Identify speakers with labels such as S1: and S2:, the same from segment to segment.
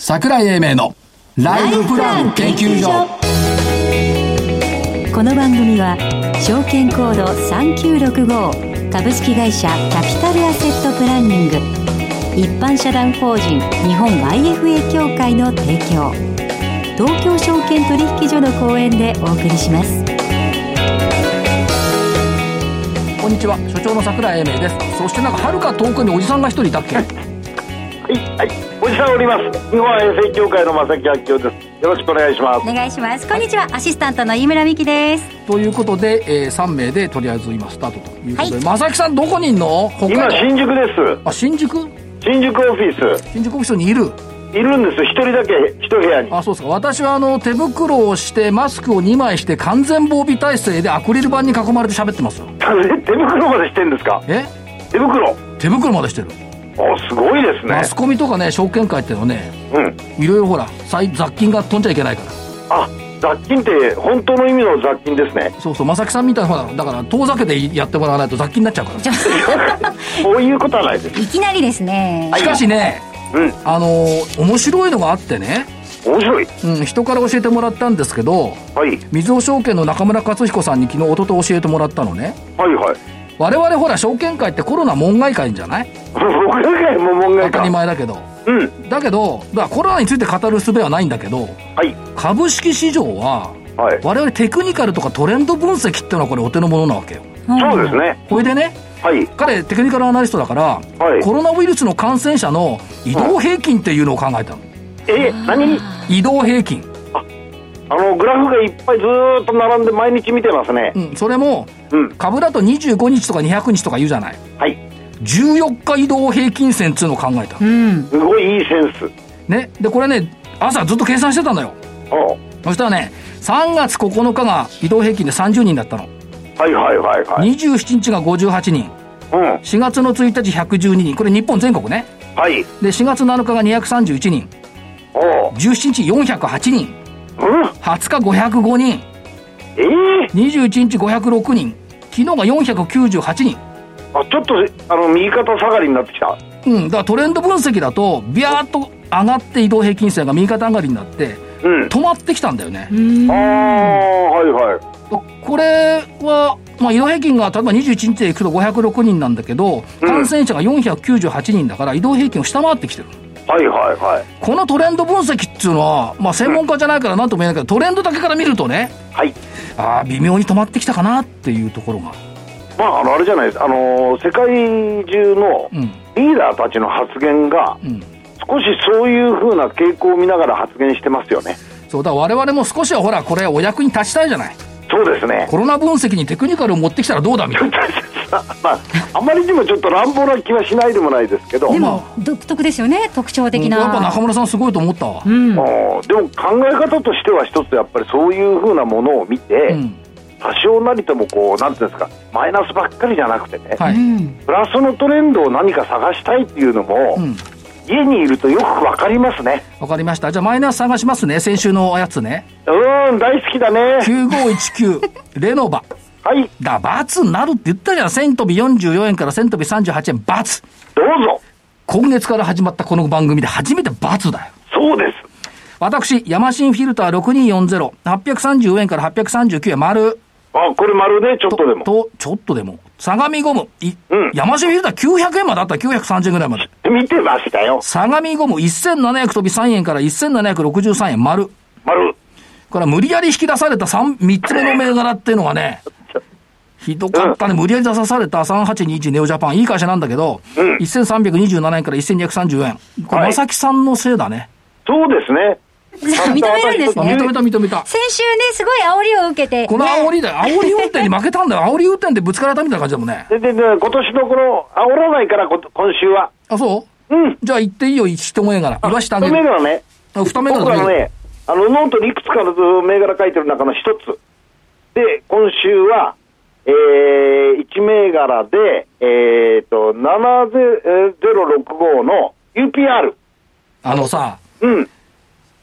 S1: 桜井英明のライフプラン研究所
S2: この番組は証券コード3965株式会社キャピタルアセットプランニング一般社団法人日本 IFA 協会の提供東京証券取引所の講演でお送りします
S1: こんにちは所長の桜井英明ですそしてなんかはるか遠くにおじさんが一人いたっけ
S3: はい、はい、おじさんおります。日本衛生協会の正木明夫です。よろしくお願いします
S2: お。願いしますこんにちはアシスタントの飯村美希です
S1: ということで、え3名でとりあえず今スタートということで、正木さんどこにいんの北
S3: 今
S1: 海道
S3: 新宿です。
S1: あ新宿
S3: 新宿オフィス
S1: 新宿オフィスにいる
S3: いるんです。一人だけ一部屋に。
S1: あそうですか私はあの手袋をしてマスクを2枚して完全防備体制でアクリル板に囲まれて喋ってますよ
S3: え手袋までしてんですか。
S1: え
S3: 手袋。
S1: 手袋までしてる、
S3: おすごいですね
S1: マ。スコミとかね証券会っていうのはね
S3: うん。
S1: いろいろほら最雑菌が飛んじゃいけないから
S3: あ、雑菌って本当の意味の雑菌ですね。
S1: そうそう、正木さんみたいな、ほら、だから遠ざけてやってもらわないと雑菌になっちゃうから。
S3: そういうことはないです。
S2: いきなりですね
S3: はい
S1: しかしね、
S3: うん。
S1: あのー面白いのがあってね、
S3: 面白い。
S1: うん、人から教えてもらったんですけど、
S3: はい。
S1: みずほ証券の中村克彦さんに昨日、一昨日教えてもらったのね。
S3: はいはい。
S1: 我々ほら、証券会ってコロナ門外会じゃない
S3: 僕以外も
S1: 当
S3: 問題
S1: たり
S3: か。
S1: 前だけど。
S3: うん。
S1: だけど、だからコロナについて語る術はないんだけど、
S3: はい。
S1: 株式市場は、
S3: はい。
S1: 我々テクニカルとかトレンド分析ってのはこれお手の物なわけよ。
S3: そうですね。
S1: ほいでね、
S3: はい。
S1: 彼テクニカルアナリストだから、
S3: はい
S1: コロナウイルスの感染者の移動平均っていうのを考えたの、
S3: え、何
S1: 移動平均、
S3: あの、グラフがいっぱいずーっと並んで毎日見てますね
S1: う。ん、それも
S3: うん。
S1: 株だと25日とか200日とか言うじゃない
S3: はい。
S1: 14日移動平均線っつうのを考えたの、
S2: うん
S3: すごいいいセンス。
S1: ねでこれね朝ずっと計算してたのよ
S3: おう
S1: そしたらね3月9日が移動平均で30人だったの、
S3: はいはいはいはい。
S1: 27日が58人
S3: うん。
S1: 4月の1日112人これ日本全国ね
S3: はい。
S1: で4月7日が231人
S3: おう
S1: 17日408人
S3: うん
S1: 20日505人
S3: ええ
S1: 21日506人昨日が498人
S3: あ、ちょっと、あの、右肩下がりになってきた。
S1: うんだからトレンド分析だとビャーっと上がって移動平均線が右肩上がりになって
S3: うん。
S1: 止まってきたんだよね、
S3: ああ、はいはい。
S1: これは、まあ、移動平均が例えば21日でいくと506人なんだけど
S3: うん
S1: 感染者が498人だから移動平均を下回ってきてる
S3: はいはいはい。
S1: このトレンド分析っていうのは、まあ、専門家じゃないから何とも言えないけどトレンドだけから見るとね
S3: はい。
S1: ああ微妙に止まってきたかなっていうところが
S3: まあ、あの、あれじゃないです。あのー、世界中の
S1: うん
S3: リーダーたちの発言が、
S1: うん
S3: 少しそういうふうな傾向を見ながら発言してますよね。
S1: そうだから我々も少しはほらこれお役に立ちたいじゃない
S3: そうですね。
S1: コロナ分析にテクニカルを持ってきたらどうだみたいな。
S3: まあ、あまりにもちょっと乱暴な気はしないでもないですけど。
S2: でも独特ですよね特徴的な、
S1: やっぱ中村さんすごいと思ったわ。
S2: うん
S3: うんでも考え方としては一つやっぱりそういうふうなものを見て、
S1: うん。
S3: 多少なりともこうなんていうんですかマイナスばっかりじゃなくてね、
S1: は
S2: う
S1: い。
S2: ん
S3: プラスのトレンドを何か探したいっていうのも、
S1: うん。
S3: 家にいるとよくわかりますね
S1: わかりました。じゃあマイナス探しますね。先週のやつね。
S3: うーん大好きだね
S1: 9519、レノバ。
S3: はい
S1: だ、バツになるって言ったじゃん。1000飛び44円から1000飛び38円、バツ。
S3: どうぞ
S1: 今月から始まったこの番組で初めてバツだよ。
S3: そうです
S1: 私、ヤマシンフィルター6240、830円から839円、丸。
S3: あこれ丸ねちょっとでも
S1: と、ちょっとでも。相模ゴム、い、
S3: うん
S1: ヤマシンフィルター900円まであったら930円ぐらいまで。
S3: 見てましたよ
S1: 相模ゴム1700飛び3円から1763円丸。
S3: 丸
S1: これは無理やり引き出された 3, 3つ目の銘柄っていうのがね、ひどかったね。無理やり出された3821ネオジャパン。いい会社なんだけど、
S3: うん
S1: 1327円から1230円。これ、
S3: はい
S1: まさきさんのせいだね。
S3: そうですね
S2: じ ゃあ認めるんです
S1: あ
S2: ね
S1: 認めた認めた。
S2: 先週ねすごい煽りを受けて
S1: この煽り
S2: ね
S1: だよ。煽り運転に負けたんだよ。煽り運転でぶつかられたみたいな感じだもんね。
S3: ででで今年のこの煽らないからこと今週は
S1: あ、そう
S3: うん
S1: じゃあ言っていいよ、一銘柄。言わしてあげ
S3: 一銘
S1: る。
S3: 柄ね
S1: あ二銘柄
S3: 僕
S1: だ
S3: あのね、あのノートにいくつかの銘柄書いてる中の一つ。で、今週は、えー、1銘柄で、えー、と、7065の UPR。
S1: あのさ、
S3: うん。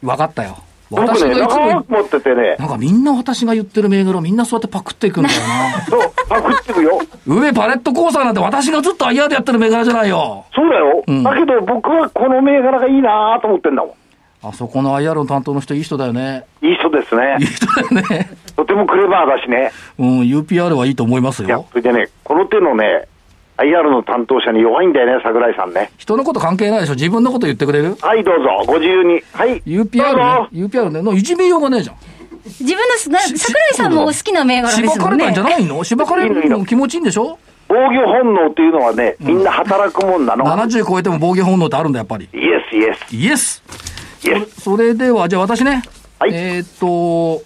S1: わかったよ。
S3: 僕
S1: 私が
S3: ね、
S1: いつも言
S3: 長
S1: っ
S3: く持っててね
S1: な、んかみんな私が言ってる銘柄をみんなそうやってパクっていくんだよ な。
S3: そう、パクってるよ。
S1: 上パレット交差なんて私がずっとアイアーでやってる銘柄じゃないよ。
S3: そうだよ。
S1: うん
S3: だけど僕はこの銘柄がいいなと思ってんだもん。
S1: あそこの IR の担当の人、いい人だよね。
S3: いい人ですね
S1: いい。人だよね。
S3: とてもクレバーだしね。
S1: うん、UPR はいいと思います
S3: いや
S1: よ、。
S3: それでね、この手のね、IR の担当者に弱いんだよね、桜井さんね。
S1: 人のこと関係ないでしょ。自分のこと言ってくれる
S3: はい、どうぞ、ご自由に。はい。
S1: ?UPR
S3: どうぞ
S1: ね。UPR ね。のいじめようがねえじゃん。
S4: 自分のすな、
S1: し
S4: 桜井さんもお好きな銘柄で
S1: しば
S4: すも
S1: か
S4: ん
S1: れ
S4: ね。
S1: たんじゃないのしばかれるのも気持ちいいんでしょ
S3: 防御本能っていうのはね、みんな働くもんなの。
S1: ?70 超えても防御本能ってあるんだ、やっぱり。
S3: イエス、イエス、
S1: イエス
S3: イエス。
S1: それでは、じゃあ私ね。
S3: はい
S1: えーっと、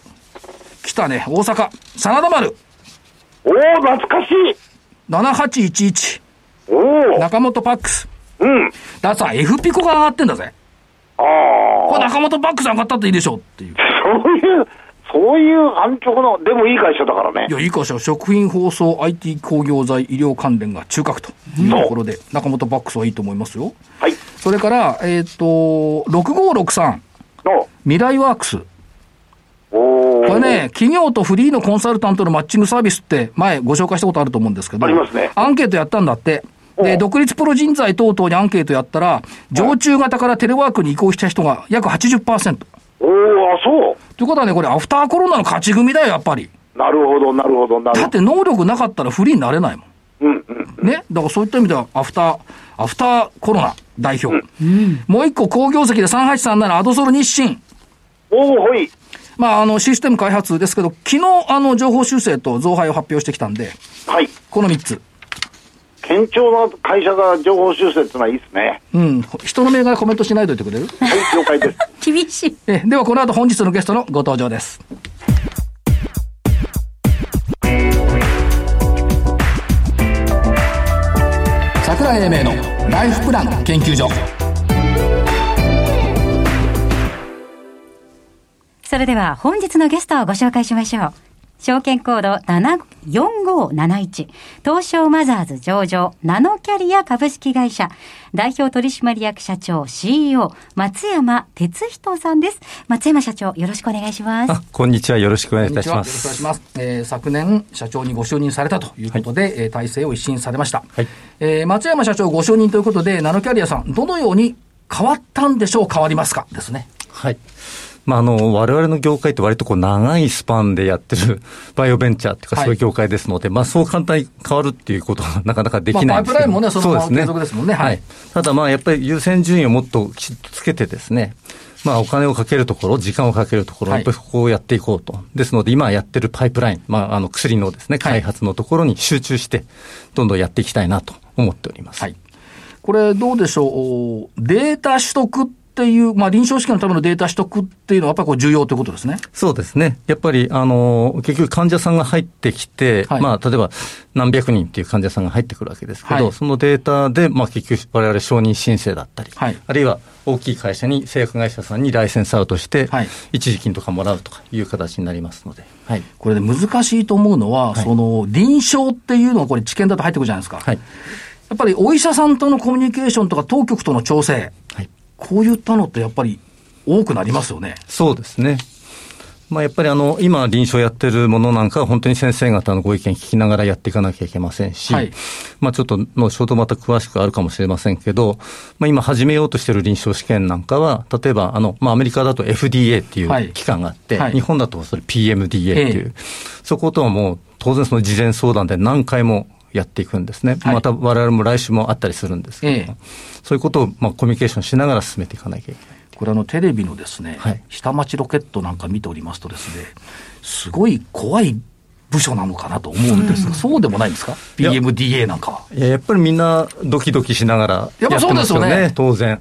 S1: 来たね。大阪。真田丸。
S3: おー、懐かしい。
S1: 7811。
S3: おー、
S1: 中本パックス。
S3: うん。
S1: だってさ、F ピコが上がってんだぜ。
S3: あ
S1: これ
S3: あ。
S1: 中本パックス上がったっていいでしょっていう。
S3: そういう、そういう安直な、でもいい会社だからね
S1: い。や、いい会社、食品、包装、IT、工業材、医療関連が中核というところで、中本バックスはいいと思いますよ。
S3: はい。
S1: それから、えっ、と、6563、
S3: の、
S1: 未来ワークス。
S3: おー。
S1: これね、企業とフリーのコンサルタントのマッチングサービスって前ご紹介したことあると思うんですけど、
S3: ありますね
S1: アンケートやったんだって。
S3: お
S1: で、
S3: う
S1: 独立プロ人材等々にアンケートやったら、常駐型からテレワークに移行した人が約80%。
S3: おー、あ、そう。
S1: ということはね、これアフターコロナの勝ち組だよ、やっぱり。
S3: なるほど、なるほど、なる
S1: だっ
S3: ほど。
S1: て能力なかったらフリーになれないもん。
S3: うん、うん。
S1: ね、だからそういった意味では、アフター、アフターコロナ代表。もう一個、好業績で3837、アドソル日清。
S3: おー、ほい。
S1: まあ、あの、システム開発ですけど、昨日、あの、情報修正と増配を発表してきたんで、
S3: はい。
S1: この3つ。
S3: 堅調な会社が情報修正ってのはいいですね。
S1: うん。人の銘柄コメントしないでおいてくれる
S3: はい、了解です。
S4: 厳しい。
S1: え、ではこの後本日のゲストのご登場です。桜井英明のライフプラン研究所。
S2: それでは本日のゲストをご紹介しましょう。証券コード7 4571東証マザーズ上場ナノキャリア株式会社代表取締役社長 CEO 松山哲人さんです。松山社長よろしくお願いします。
S5: あ、こんにちは。よろしくお願いいたし
S1: よろ
S5: ま
S1: しくお願いし
S5: す。
S1: ます。えー昨年、社長にご就任されたということで、えー体制を一新されました。
S5: はい
S1: えー松山社長ご就任ということで、ナノキャリアさん、どのように変わったんでしょう、変わりますかですね。
S5: はい。まあ、あの、我々の業界って割とこう長いスパンでやってる バイオベンチャーっていうか
S1: はい
S5: そういう業界ですので、まあ、そう簡単に変わるっていうことはなかなかでき
S1: ま
S5: な
S1: あ
S5: いんですけ
S1: パ
S5: ど、
S1: イプラインもねそのまま
S5: そうですね
S1: 継続ですもんねはい
S5: はい。ただまあ、やっぱり優先順位をもっときちっとつけてですね、まあ、お金をかけるところ、時間をかけるところ、
S1: はい
S5: やっぱりここをやっていこうと。ですので、今やってるパイプライン、まあ、あの、薬のですね、開発のところに集中して、どんどんやっていきたいなと思っております。
S1: はい。これ、どうでしょうおー、データ取得っていう、まあ、臨床試験のためのデータ取得っていうのは、やっぱりこう重要ということですね。
S5: そうですね。やっぱり、あの、結局患者さんが入ってきて、
S1: はい
S5: まあ、例えば何百人っていう患者さんが入ってくるわけですけど、
S1: はい
S5: そのデータで、まあ、結局我々承認申請だったり、
S1: はい
S5: あるいは大きい会社に、製薬会社さんにライセンスアウトして、
S1: はい
S5: 一時金とかもらうとかいう形になりますので、はい。
S1: これで難しいと思うのは、
S5: はい
S1: その、臨床っていうのはこれ知見だと入ってくるじゃないですか。
S5: はい。
S1: やっぱりお医者さんとのコミュニケーションとか当局との調整、
S5: はい
S1: こういったのってやっぱり多くなりますよね。
S5: そうですね。まあ、やっぱりあの、今臨床やってるものなんかは本当に先生方のご意見聞きながらやっていかなきゃいけませんし、
S1: はい
S5: まあちょっと後ほどまた詳しくあるかもしれませんけど、まあ今始めようとしてる臨床試験なんかは、例えばあの、まあアメリカだと FDA ってい
S1: はいう
S5: 機関があって、
S1: はい
S5: 日本だとそれ PMDA っていう、
S1: え
S5: そことはもう当然その事前相談で何回もやっていくんですね。
S1: はい
S5: また我々も来週もあったりするんですけど、
S1: ええ
S5: そういうことをまあコミュニケーションしながら進めていかなきゃいけない。
S1: これあのテレビのですね、
S5: はい
S1: 下町ロケットなんか見ておりますとですね、すごい怖い部署なのかなと思うんです が、そうでもないんですか
S5: いや
S1: ?PMDA なんかは。
S5: いや、やっぱりみんなドキドキしながら
S1: や
S5: や
S1: っ
S5: っ
S1: ぱ
S5: て
S1: そうで
S5: ますす
S1: よ
S5: よ
S1: ね
S5: ね、当然。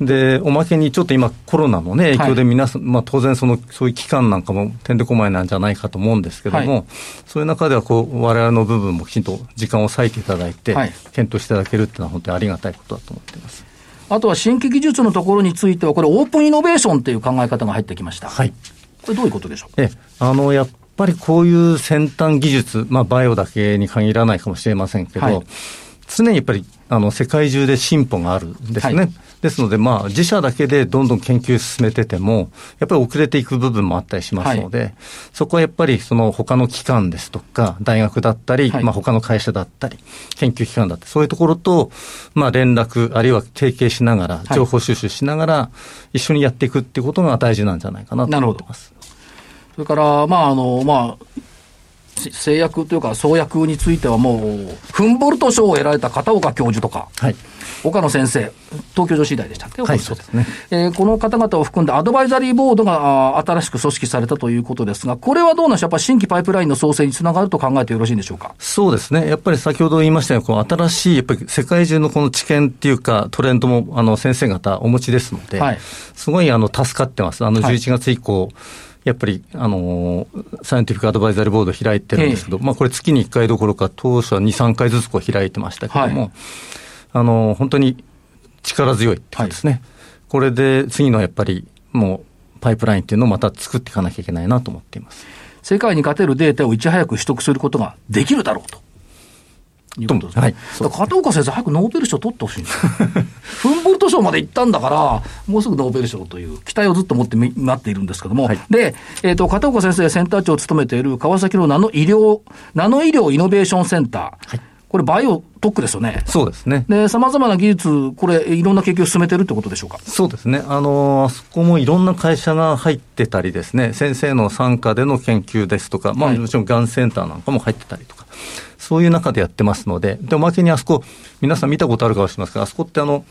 S5: で、おまけにちょっと今コロナのね、影響で皆さん、まあ当然その、そういう期間なんかもてんでこまいなんじゃないかと思うんですけども、
S1: はい
S5: そういう中ではこう、我々の部分もきちんと時間を割いていただいて、
S1: はい
S5: 検討していただけるっていうのは本当にありがたいことだと思ってます。
S1: あとは新規技術のところについては、これオープンイノベーションっていう考え方が入ってきました。
S5: はい。
S1: これどういうことでしょう
S5: ええ、あの、やっぱりこういう先端技術、まあ、バイオだけに限らないかもしれませんけど、
S1: はい
S5: 常にやっぱりあの世界中で進歩があるんですね。
S1: はい
S5: ですので、まあ、自社だけでどんどん研究進めてても、やっぱり遅れていく部分もあったりしますので、そこはやっぱりその他の機関ですとか、大学だったり、
S1: はい
S5: まあ他の会社だったり、研究機関だったり、そういうところと、まあ連絡、あるいは提携しながら、
S1: い
S5: 情報収集しながら、一緒にやっていくっていうことが大事なんじゃないかなと
S1: なるほ
S5: 思
S1: ど
S5: います。
S1: それから、まあ、あの、まあ、せ製薬というか、創薬についてはもう、フンボルト賞を得られた片岡教授とか、
S5: はい。
S1: 岡野先生、東京女子医大でしたっけ、
S5: はい
S1: 岡野先生
S5: そうですね
S1: えーこの方々を含んだアドバイザリーボードがあー新しく組織されたということですが、これはどうなんでしょう、やっぱり新規パイプラインの創生につながると考えてよろしいんでしょうか。
S5: そうですね。やっぱり先ほど言いましたように、こう新しい、やっぱり世界中のこの知見っていうか、トレンドも、あの、先生方お持ちですので、
S1: はい
S5: すごい、あの、助かってます。あの、
S1: はい
S5: 11月以降、やっぱり、あのーサイエンティフィックアドバイザリーボードを開いてるんですけど、まあ、これ月に1回どころか、当初は2、3回ずつこう開いてましたけども、
S1: はい
S5: あのー本当に力強いってことですね。これで、次のやっぱり、もう、パイプラインっていうのをまた作っていかなきゃいけないなと思っています。
S1: 世界に勝てるデータをいち早く取得することができるだろうと。いうことですね。
S5: はい
S1: だから片岡先生、早くノーベル賞取ってほしいんですよフンボルト賞まで行ったんだから、もうすぐノーベル賞という期待をずっと持ってみ待っているんですけども、
S5: はい
S1: で、えっ、と、片岡先生がセンター長を務めている川崎のナノ医療、ナノ医療イノベーションセンター、これバイオ特区ですよね。
S5: そうですね。
S1: で、様々な技術、これ、いろんな研究を進めてるってことでしょうか。
S5: そうですね。あの、あそこもいろんな会社が入ってたりですね、先生の参加での研究ですとか、まあ、
S1: はい
S5: もちろんがんセンターなんかも入ってたりとか、そういう中でやってますので、で、おまけにあそこ、皆さん見たことあるかもしれませんが、あそこってあの、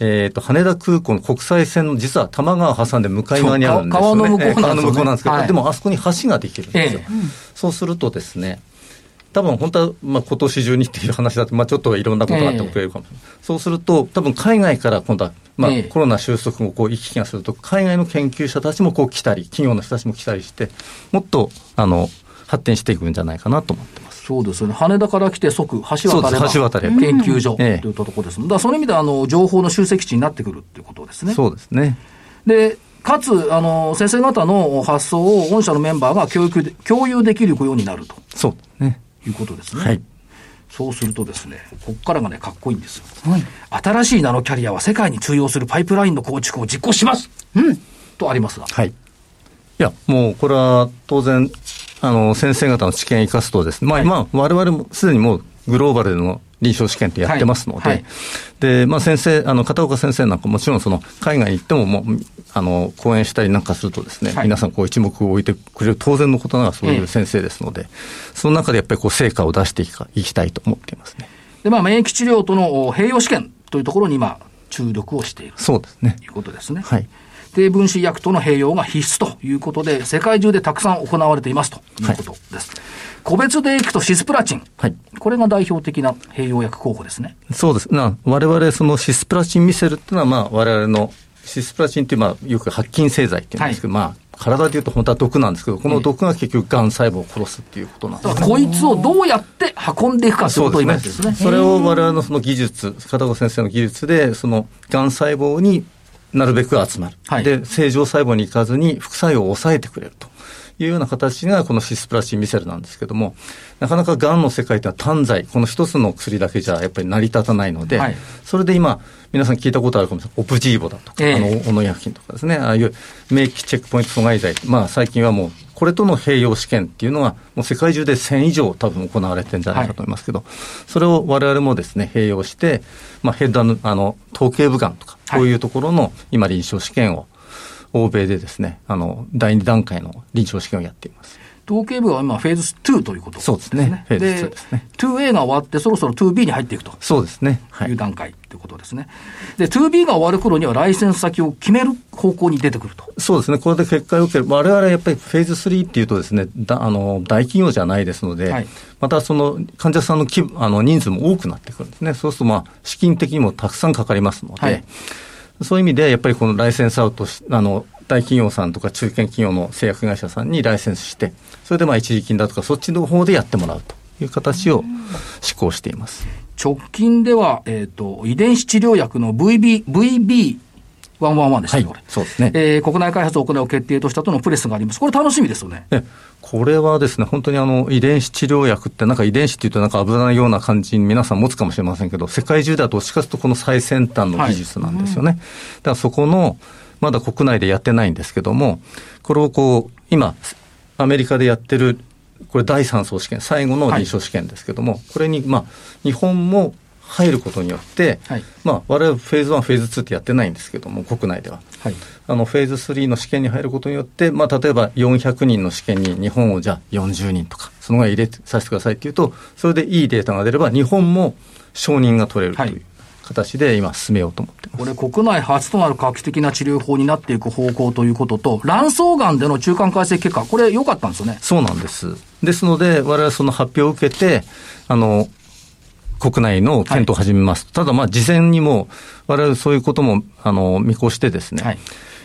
S5: えっ、と、羽田空港の国際線の、実は多摩川挟んで向かい側にあるんですよね。
S1: そうか
S5: え
S1: 川の向
S5: ー
S1: こうなん
S5: 川の向こうなん
S1: で
S5: ですす
S1: よ
S5: け
S1: ね
S5: ど、
S1: はい
S5: でもあそこに橋ができるんですよ。
S1: ええ
S5: そうするとですね、多分本当は、まあ、今年中にっていう話だって、まあ、ちょっといろんなことがあっても増えるかもしれない、そうすると、多分海外から今度は、まあ
S1: ええ
S5: コロナ収束後こう行き来がすると、海外の研究者たちもこう来たり、企業の人たちも来たりして、もっとあの発展していくんじゃないかなと思ってます。
S1: そうですよね。羽田から来て即、橋渡れ
S5: そう
S1: ば
S5: です橋渡れば
S1: 研究所とい
S5: ええ
S1: うところですもん。だから、その意味では、あの、情報の集積地になってくるっていうことですね。
S5: そうですね。
S1: で、かつ、あの、先生方の発想を御社のメンバーが教育で、共有できるようになると
S5: そうですね。
S1: いうことですね。
S5: はい。
S1: そうするとですね、こっからがね、かっこいいんですよ。新しいナノキャリアは世界に通用するパイプラインの構築を実行しますとありますが。
S5: はい。いや、もうこれは当然、あの、先生方の知見を生かすとですね、まあ、
S1: はい
S5: まあ、我々もすでにもうグローバルでの臨床試験ってやってますので、
S1: はいはい
S5: で、まあ先生、あの、片岡先生なんかもちろんその、海外に行ってももう、あの、講演したりなんかするとですね、
S1: はい
S5: 皆さんこう一目を置いてくれる当然のことながらそうい
S1: ええ
S5: う先生ですので、その中でやっぱりこう成果を出していきかいきたいと思っていますね。
S1: で、まあ、免疫治療との併用試験というところに今、注力をしている
S5: そうですね
S1: と。いうことですね。
S5: はい。
S1: 低分子医薬との併用が必須ということで、世界中でたくさん行われていますということです。個別でいくとシスプラチン。
S5: はい
S1: これが代表的な併用薬候補ですね。
S5: そうです。な、我々、そのシスプラチンミセルっていうのは、まあ、我々の、シスプラチンっていう、まあ、よく白菌製剤って言うんですけど、まあ、体で言うと本当は毒なんですけど、この毒が結局、がん細胞を殺すっていうことなんです
S1: だ
S5: ね
S1: からこいつをどうやって運んでいくかという
S5: そ
S1: こ
S5: う
S1: とを今や
S5: で
S1: ってるん
S5: す
S1: ですね。
S5: ね。それを我々のその技術、片岡先生の技術で、その、がん細胞になるべく集まる。
S1: はい
S5: で、正常細胞に行かずに副作用を抑えてくれると。いうような形がこのシスプラチンミセルなんですけども、なかなかがんの世界というのは単剤、この一つの薬だけじゃやっぱり成り立たないので、
S1: はい
S5: それで今、皆さん聞いたことあるかもしれない。オプジーボだとか、
S1: ええ
S5: あの、オノ薬品とかですね、ああいう免疫チェックポイント阻害剤、まあ最近はもう、これとの併用試験っていうのは、もう世界中で1000以上多分行われてるんじゃないかと思いますけど、それを我々もですね、併用して、まあヘッダーの、あの、頭頸部がんとか、
S1: はい
S5: こういうところの今臨床試験を、欧米でですね、あの、第2段階の臨床試験をやっています。
S1: 統計部は今フェーズ2ということです
S5: そう
S1: ね。
S5: ですねフェーズ2
S1: で
S5: ですね
S1: 2A が終わってそろそろ 2B に入っていくと。
S5: そうですね。はい
S1: いう。段階ということですね。で、2B が終わる頃にはライセンス先を決める方向に出てくると。
S5: そうですね、これで結果を受ける、我々やっぱりフェーズ3っていうとです、ねだあの、大企業じゃないですので、
S1: はい
S5: またその患者さんの規模あの人数も多くなってくるんですね、そうすると、まあ、資金的にもたくさんかかりますので、
S1: はい
S5: そういう意味で、やっぱりこのライセンスアウトしあの、大企業さんとか中堅企業の製薬会社さんにライセンスして、それでまあ一時金だとか、そっちの方でやってもらうという形を施行しています。
S1: 直近では、えっ、と、遺伝子治療薬の VB、VB、ワンワンワンでしたね、
S5: はい
S1: これ
S5: そうですね
S1: えー国内開発を行う決定としたとのプレスがあります。これ楽しみですよね。
S5: えこれはですね、本当にあの、遺伝子治療薬って、なんか遺伝子っていうとなんか危ないような感じに皆さん持つかもしれませんけど、世界中ではどっちかというとこの最先端の技術なんですよね。だからそこの、まだ国内でやってないんですけども、これをこう、今、アメリカでやってる、これ第3相試験、最後の臨床試験ですけども、これに、まあ、日本も入ることによって、
S1: はい
S5: まあ、我々フェーズ1、フェーズ2ってやってないんですけども、国内では。
S1: はい。
S5: あのフェーズ3の試験に入ることによって、まあ、例えば400人の試験に日本をじゃあ40人とか、そのぐらい入れさせてくださいっていうと、それでいいデータが出れば、日本も承認が取れると
S1: はい
S5: いう形で今、進めようと思ってます。
S1: これ国内初となる画期的な治療法になっていく方向ということと、卵巣がんでの中間解析結果、これ良かったんですよね。
S5: そうなんです。ですので、我々その発表を受けて、あの、国内の検討を始めます。ただ、まあ、事前にも、我々そういうことも、あの、見越してですね、
S1: はい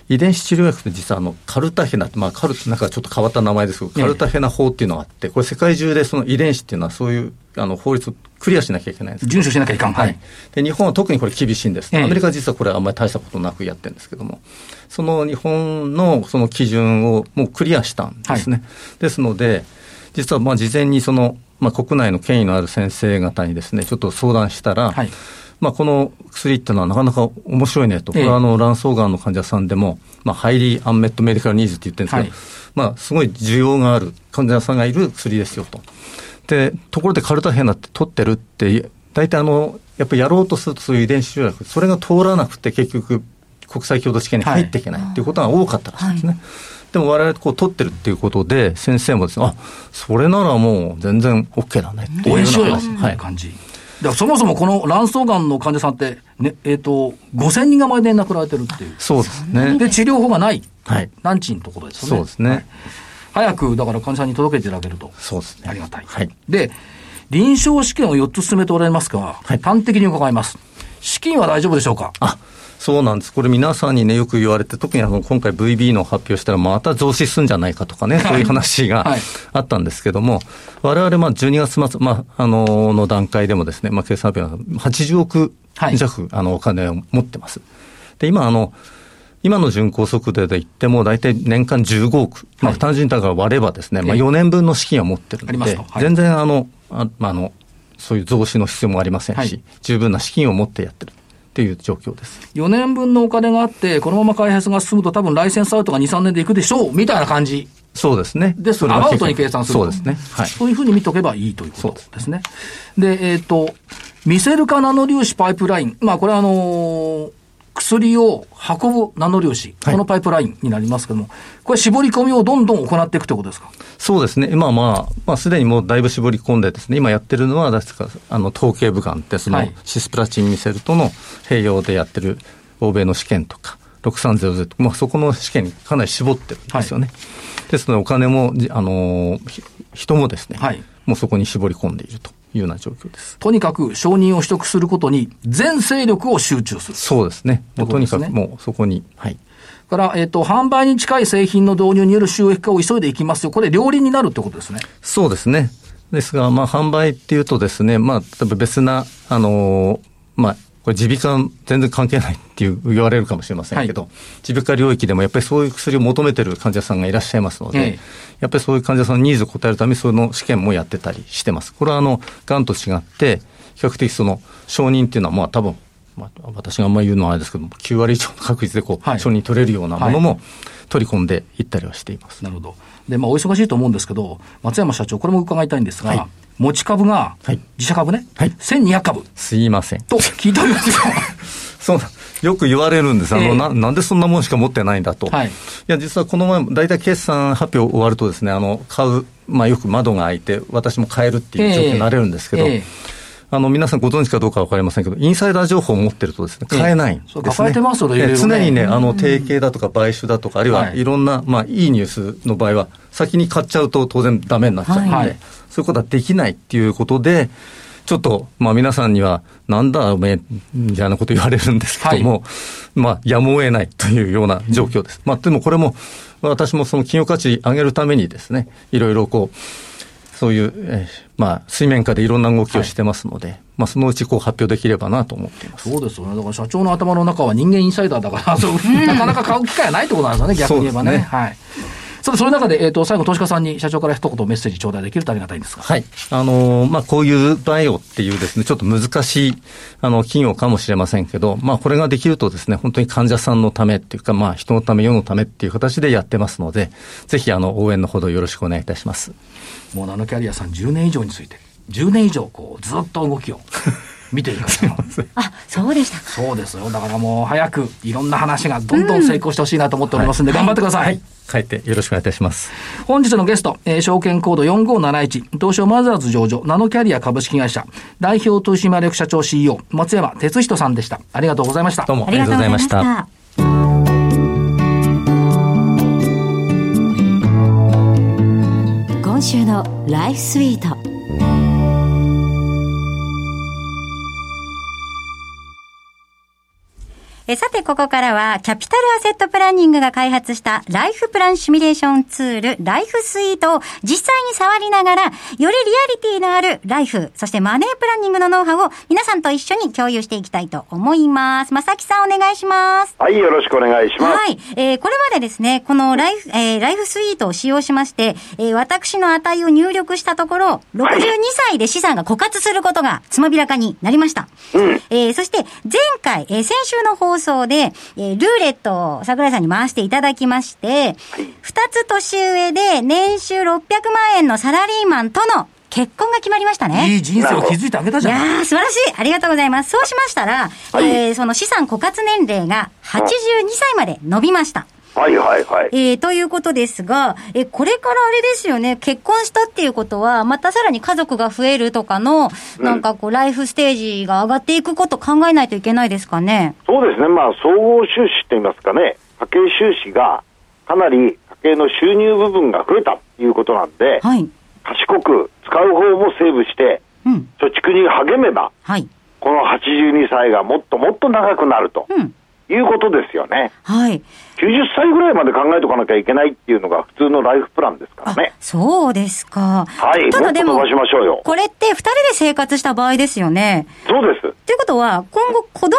S5: 遺伝子治療薬って実はあの、カルタヘナって、まあ、カル、なんかちょっと変わった名前ですけど、カルタヘナ法っていうのがあって、これ世界中でその遺伝子っていうのはそういう、あの、法律をクリアしなきゃいけないんです
S1: 遵守しなきゃいかん。はい。
S5: で日本は特にこれ厳しいんです、
S1: ええ
S5: アメリカは実はこれあんまり大したことなくやってるんですけども、その日本のその基準をもうクリアしたんですね。ですので、実はまあ事前にその、まあ、国内の権威のある先生方にですね、ちょっと相談したら、
S1: はい
S5: まあ、この薬っていうのはなかなか面白いねと、こ
S1: ええ
S5: れはあの卵巣がんの患者さんでも、まあ、ハイリー・アンメット・メディカル・ニーズって言ってるんですけど、
S1: はい
S5: まあ、すごい需要がある患者さんがいる薬ですよと。で、ところでカルタヘナって取ってるって、大体あの、やっぱりやろうとするとそういう遺伝子条約、それが通らなくて結局、国際共同試験に入っていけないっていうことが多かったらしいんですね。でも我々こう取ってるっていうことで、先生もですね、あ、それならもう全然 OK だねっていう
S1: 応
S5: よう
S1: 援
S5: な
S1: しようよ、
S5: 話。は
S1: はいい、。感じ。だからそもそもこの卵巣がんの患者さんって、ね、えっ、と、5000人が毎年亡くなられてるっていう。
S5: そうですね。
S1: で、治療法がない。
S5: はい。
S1: 難治のところですよね。
S5: そうですね。
S1: 早く、だから患者さんに届けていただけると。
S5: そうですね。
S1: ありがたい。
S5: はい。
S1: で、臨床試験を4つ進めておられますが、
S5: い
S1: 端的に伺います。資金は大丈夫でしょうか
S5: あそうなんです。これ皆さんにね、よく言われて、特にあの、今回 VB の発表したら、また増資するんじゃないかとかね、そういう話
S1: は
S5: が
S1: い
S5: あったんですけども、我々、まあ、12月末、まあ、あのの段階でもですね、まあ、計算発表の80億
S1: はい
S5: 弱、あの、お金を持ってます。で、今、あの、今の巡航速度で言っても、大体年間15億。ま
S1: は
S5: あ、
S1: い
S5: 単純にだから割ればですね、まあ、
S1: ええ
S5: 4年分の資金は持ってる
S1: あり
S5: の
S1: ます
S5: で
S1: と、はい
S5: 全然、あの、あまあ、あの、そういう増資の必要もありませんし、
S1: はい
S5: 十分な資金を持ってやってるっていう状況です。
S1: ?4 年分のお金があって、このまま開発が進むと多分ライセンスアウトが2、3年でいくでしょうみたいな感じ
S5: そうですね。
S1: です。
S5: そ
S1: ア
S5: れが
S1: バウトに計算する
S5: そ
S1: と
S5: うですね。はい。
S1: そういうふうに見とけばいいというこ
S5: そう
S1: と
S5: です
S1: ですね。で、えっ、と、ミセル化ナノ粒子パイプライン。まあ、これはあのー薬を運ぶナノ粒子、
S5: はい
S1: このパイプラインになりますけども、これ絞り込みをどんどん行っていくということですか
S5: そうですね。今はまあ、まあ、すでにもうだいぶ絞り込んでですね、今やってるのは、確か、あの、統計部官って、そ
S1: は
S5: の
S1: い、
S5: シスプラチンミセルとの併用でやってる欧米の試験とか、6300とか、まあ、そこの試験にかなり絞ってるんですよね。ですので、お金も、じあのーひ人もですね、
S1: はい
S5: もうそこに絞り込んでいるというような状況です。
S1: とにかく承認を取得することに全勢力を集中する。
S5: そうですね。もう
S1: とい
S5: と
S1: う
S5: に
S1: ことです
S5: か
S1: ね
S5: くもうそこに、はい。
S1: から、えっ、と、販売に近い製品の導入による収益化を急いでいきますよ。これ、両輪になるってことですね。
S5: そうですね。ですが、まあ、販売っていうとですね、まあ、例えば別な、あのーまあ、これ、耳鼻科全然関係ないっていう言われるかもしれませんけど、
S1: は
S5: 耳鼻科領域でもやっぱりそういう薬を求めてる患者さんがいらっしゃいますので、
S1: ええ
S5: やっぱりそういう患者さんのニーズを応えるために、その試験もやってたりしてます。これは、あの、癌と違って、比較的その、承認っていうのは、まあ、多分、まあ、私があんまり言うのはあれですけども、9割以上の確率でこう、
S1: はい
S5: 承認取れるようなものも取り込んでいったりはしています。
S1: なるほど。で、まあ、お忙しいと思うんですけど、松山社長、これも伺いたいんですが、
S5: はい
S1: 持ち株が、
S5: はい
S1: 自社株ね、
S5: はい
S1: 1200株
S5: すいません。
S1: と聞いております が、
S5: そうなんよく言われるんです、あの
S1: ええ
S5: ななんでそんなもんしか持ってないんだと、
S1: はい
S5: い、や実はこの前、大体決算発表終わると、ですねあの買う、まあ、よく窓が開いて、私も買えるっていう状況になれるんですけ
S1: え
S5: ど、
S1: え
S5: あの皆さんご存知かどうか分かりませんけど、インサイダー情報を持ってるとですね、買えないんです、
S1: そ
S5: ね
S1: う抱えてますよねいろいろね
S5: 常にね、あの提携だとか買収だとか、あるい
S1: は
S5: はいいろんな、まあ、いいニュースの場合は、先に買っちゃうと当然ダメになっちゃうので、
S1: はい
S5: そういうことはできないっていうことで、ちょっと、まあ皆さんには、なんだおめえ、みたいなこと言われるんですけども、まあやむを得ないというような状況です。まあでもこれも、私もその企業価値上げるためにですね、いろいろこう、そういう、えーまあ、水面下でいろんな動きをしてますので、まあ、そのうちこう発表できればなと思っています。
S1: そうですよね。だから社長の頭の中は人間インサイダーだ から、そうなかなか買う機会はないってことなんですよね、逆に言えばね。
S5: そうですね
S1: はい。さて、そういう中で、えっ、と、最後、投資家さんに社長から一言メッセージ頂戴できるとありがたいんですが。
S5: はい。あのーまあ、こういうバイオっていうですね、ちょっと難しい、あの、企業かもしれませんけど、まあ、これができるとですね、本当に患者さんのためっていうか、まあ、人のため、世のためっていう形でやってますので、ぜひ、あの、応援のほどよろしくお願いいたします。
S1: もうナノキャリアさん10年以上について、10年以上、こう、ずっと動 きを見ている方なの
S4: あ、そうでしたか。
S1: そうですよ。だからもう早く、いろんな話がどんどん成功してほしいなと思っておりますんで、頑張ってください。
S5: はい。書いてよろしくお願いいたします。
S1: 本日のゲスト、えー証券コード4571、東証マザーズ上場、ナノキャリア株式会社、代表取締役社長 CEO、松山哲人さんでした。ありがとうございました
S5: どう。もあ
S4: あ
S5: り
S4: りが
S5: がと
S4: と
S5: う
S4: う
S5: ご
S4: ご
S5: ざ
S4: ざ
S5: い
S4: い
S5: ま
S4: ま
S5: し。
S4: したた。
S2: 今週のライフスイート
S4: えさて、ここからは、キャピタルアセットプランニングが開発した、ライフプランシミュレーションツール、ライフスイートを実際に触りながら、よりリアリティのあるライフ、そしてマネープランニングのノウハウを皆さんと一緒に共有していきたいと思います。まさきさんお願いします。
S3: はい、よろしくお願いします。
S4: はい。えーこれまでですね、このライフ、えーライフスイートを使用しまして、えー私の値を入力したところ、62歳で資産が枯渇することがつまびらかになりました。えーそして、前回、えー先週の放送で、えールーレットを桜井さんに回していただきまして、2つ年上で年収600万円のサラリーマンとの結婚が決まりましたね。
S1: いい人生を築いてあげた
S4: い
S1: じゃん。
S4: やー、素晴らしいありがとうございます。そうしましたら、
S3: はい
S4: えーその資産枯渇年齢が82歳まで伸びました。
S3: はい、はい、はい。
S4: えーということですが、えーこれからあれですよね、結婚したっていうことは、またさらに家族が増えるとかの、なんかこう、ライフステージが上がっていくこと考えないといけないですかね。
S3: そうですね、まあ、総合収支といいますかね、家計収支がかなり家計の収入部分が増えたということなんで、
S4: はい。
S3: 賢く使う方もセーブして、
S4: うん。
S3: 貯蓄に励めば、
S4: はい。
S3: この82歳がもっともっと長くなると
S4: うん。
S3: いうことですよね。
S4: はい。
S3: 90歳ぐらいまで考えておかなきゃいけないっていうのが普通のライフプランですから
S4: あ
S3: ね。
S4: そうですか。
S3: はい
S4: ただでも、
S3: もっと飛ばしましょうよ
S4: これって二人で生活した場合ですよね。
S3: そうです。
S4: ということは、今後子供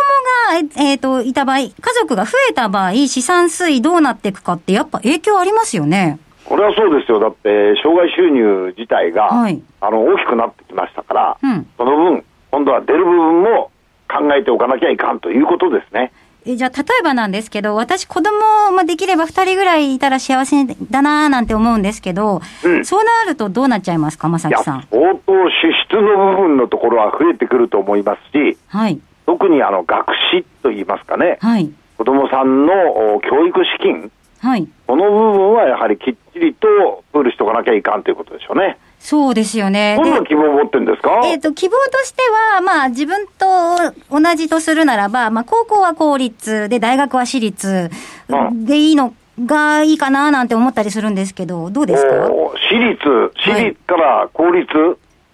S4: が、ええーと、いた場合、家族が増えた場合、資産推移どうなっていくかって、やっぱ影響ありますよね。
S3: これはそうですよ。だって、障害収入自体が、
S4: はい
S3: あの、大きくなってきましたから、
S4: うん
S3: その分、今度は出る部分も考えておかなきゃいかんということですね。
S4: えじゃあ、例えばなんですけど、私、子供、まあ、できれば二人ぐらいいたら幸せだなーなんて思うんですけど、
S3: うん
S4: そうなるとどうなっちゃいますか、まさ
S3: いや、
S4: きさ
S3: 相
S4: ん。
S3: 当支出の部分のところは増えてくると思いますし、
S4: はい、
S3: 特にあの、学資といいますかね、
S4: はい、
S3: 子供さんのお教育資金、
S4: はい。
S3: この部分はやはりきっちりとプールしておかなきゃいかんということでしょうね。
S4: そうですよね。
S3: どんな
S4: で
S3: 希望を持ってるんですか
S4: えっ、と、希望としては、まあ、自分と同じとするならば、まあ、高校は公立で、大学は私立
S3: うん
S4: でいいのがいいかなーなんて思ったりするんですけど、どうですか
S3: おー私立、私立から公立、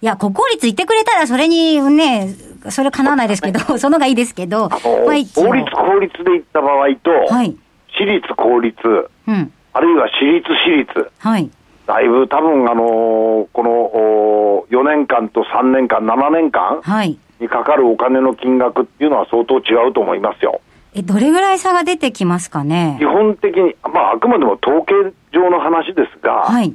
S4: いや、国公立行ってくれたら、それにね、それ叶わないですけ ど、その方がいいですけど、
S3: あの
S4: まあ一応
S3: 公立公立で行った場合と、
S4: はい。
S3: 私立公立、
S4: うん。
S3: あるいは私立私立、
S4: はい。
S3: だいぶ多分あのーこのおー4年間と3年間、7年間
S4: はい。
S3: にかかるお金の金額っていうのは相当違うと思いますよ。
S4: え、どれぐらい差が出てきますかね
S3: 基本的に、まああくまでも統計上の話ですが、
S4: はい。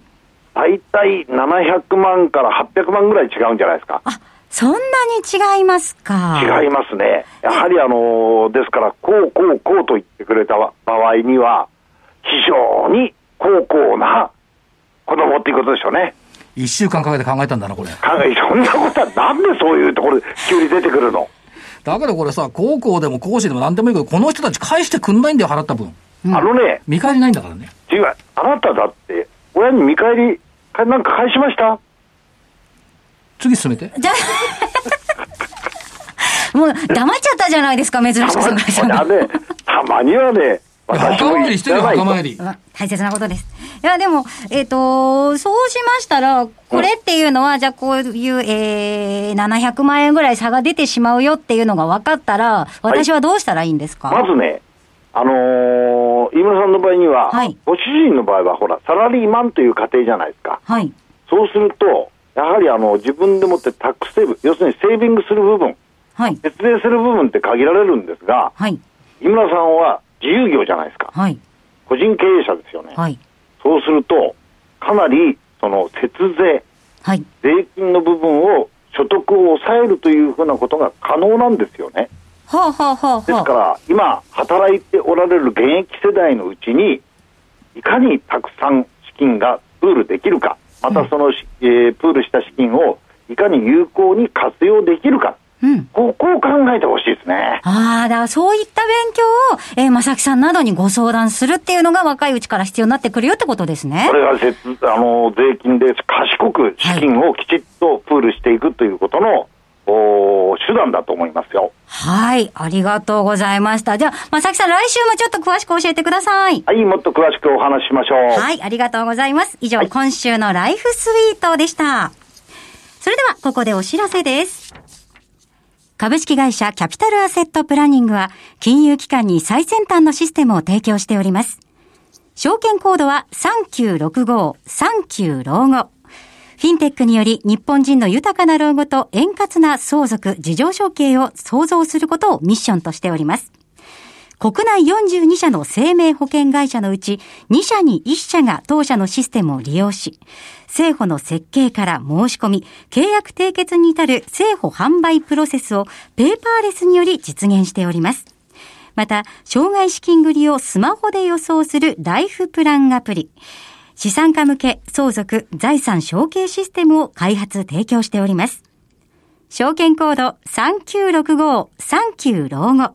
S3: 大体700万から800万ぐらい違うんじゃないですか。
S4: あ、そんなに違いますか。
S3: 違いますね。やはりあのーですから、こうこうこうと言ってくれた場合には、非常に高校な子供っていうことでしょうね。
S1: 一週間かけて考えたんだな、これ。
S3: 考え、そんなことはなんでそういうところで急に出てくるの、
S1: だけどこれさ、高校でも講師でも何でもいいけど、この人たち返してくんないんだよ、払った分。
S3: あのね、
S1: 見返りないんだからね。
S3: 違う、あなただって、親に見返り、かなんか返しました
S1: 次進めて。
S4: じゃあ、もう黙っちゃったじゃないですか、珍しく
S3: たま
S4: 桜井さん
S3: に
S4: が。
S3: はね、たまにはね、
S1: いや墓参りしてるよ、
S3: い
S1: 墓
S3: ただ
S1: 参
S3: いて
S1: り
S4: う。わ大切なことです。いや、でも、えっ、と、そうしましたら、これっていうのは、じゃあこういう、えー、700万円ぐらい差が出てしまうよっていうのが分かったら、私はどうしたらいいんですか、
S3: まずね、あのー飯村さんの場合には、
S4: はい
S3: ご主人の場合は、ほら、サラリーマンという家庭じゃないですか。
S4: はい。
S3: そうすると、やはりあの自分でもってタックスセーブ、要するにセービングする部分、
S4: はい。
S3: 節税する部分って限られるんですが、
S4: はい。
S3: 井村さんは自由業じゃないですか、
S4: はい。
S3: 個人経営者ですよね、
S4: はい。
S3: そうすると、かなりその節税、
S4: はい。
S3: 税金の部分を所得を抑えるというふうなことが可能なんですよね。
S4: はあ、はあはあはあ、
S3: ですから、今、働いておられる現役世代のうちに、いかにたくさん資金がプールできるか、またそのし、えープールした資金をいかに有効に活用できるか、
S4: うん。
S3: ここを考えてほしいですね。
S4: ああ、だからそういった勉強を、えー、まさきさんなどにご相談するっていうのが若いうちから必要になってくるよってことですね
S3: こ。れがせつあの税金で賢く資金をきちっとプールしていくということの、お手段だと思いますよ。
S4: はい。ありがとうございました。じゃあ、まさきさん来週もちょっと詳しく教えてください。
S3: はい、もっと詳しくお話ししましょう。
S4: はい、ありがとうございます。以上、今週のライフスイートでした。それでは、ここでお知らせです。株式会社キャピタルアセットプランニングは、金融機関に最先端のシステムを提供しております。証券コードは3965、39老後。フィンテックにより日本人の豊かな老後と円滑な相続、事情承継を創造することをミッションとしております。国内42社の生命保険会社のうち2社に1社が当社のシステムを利用し、政府の設計から申し込み、契約締結に至る政府販売プロセスをペーパーレスにより実現しております。また、障害資金繰りをスマホで予想するライフプランアプリ、資産家向け相続財産承継システムを開発提供しております。証券コード3965、39老後。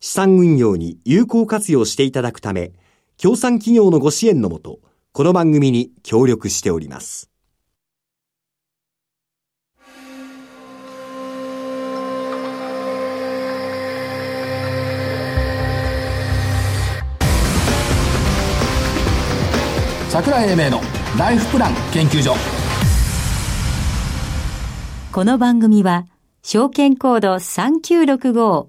S6: 資産運用に有効活用していただくため、協賛企業のご支援のもと、この番組に協力しております。
S1: 桜井英明のライフプラン研究所
S2: この番組は、証券コード3965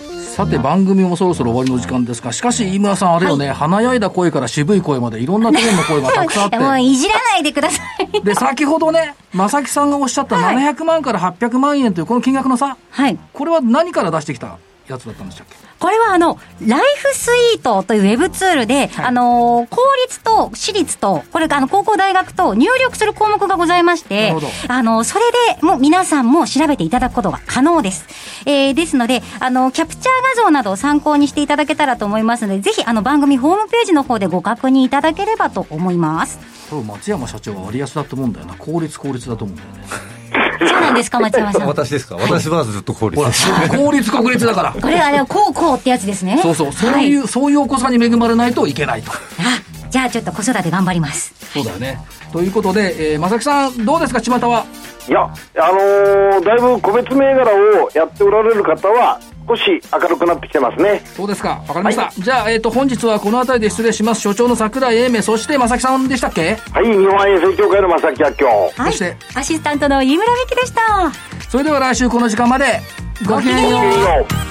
S1: さて番組もそろそろ終わりの時間ですがしかし飯村さんあれよね、華やいだ声から渋い声までいろんなトーンの声がたくさんあって
S4: いやもういじらないでください。
S1: で、先ほどね、正木さんがおっしゃった
S4: はい
S1: 700万から800万円というこの金額の差、
S4: はい。
S1: これは何から出してきたやつだったんでしたっけ
S4: これはあの、ライフスイートというウェブツールで、
S1: はい
S4: あのー、公立と私立と、これあの、高校大学と入力する項目がございまし
S1: な
S4: て
S1: るほど、
S4: あのー、それでもう皆さんも調べていただくことが可能です。えー、ですので、あのー、キャプチャー画像などを参考にしていただけたらと思いますので、ぜひあの、番組ホームページの方でご確認いただければと思います。
S1: 多分松山社長は割安だと思うんだよな。効率効率だと思うんだよね。
S4: そうなんです か、松山さん。
S5: 私ですか私はずっと効率
S1: ほ
S5: です。
S1: ら、効率国立だから。
S4: これはあれ、こうこうってやつです ね。
S1: そうそう、そういう、
S4: は
S1: そういうお子さんに恵まれないといけないと。
S4: あ、じゃあちょっと子育て頑張ります。
S1: そうだよね。ということで、えー、正木さん、どうですか、巷は。
S3: いや、あのーだいぶ個別銘柄をやっておられる方は、少し明るくなってきてますね。
S1: そうですか、わかりました。
S3: は
S1: じゃあ、えっ、と、本日はこの辺りで失礼します。所長の桜井英明、そして正木さんでしたっけ
S3: はい、日本衛生協会の正木明夫。
S4: は
S1: そ
S4: い
S1: して。
S4: アシスタントの飯村美希でした。
S1: それでは来週この時間まで、ごきげんよう。
S3: ごきげんよう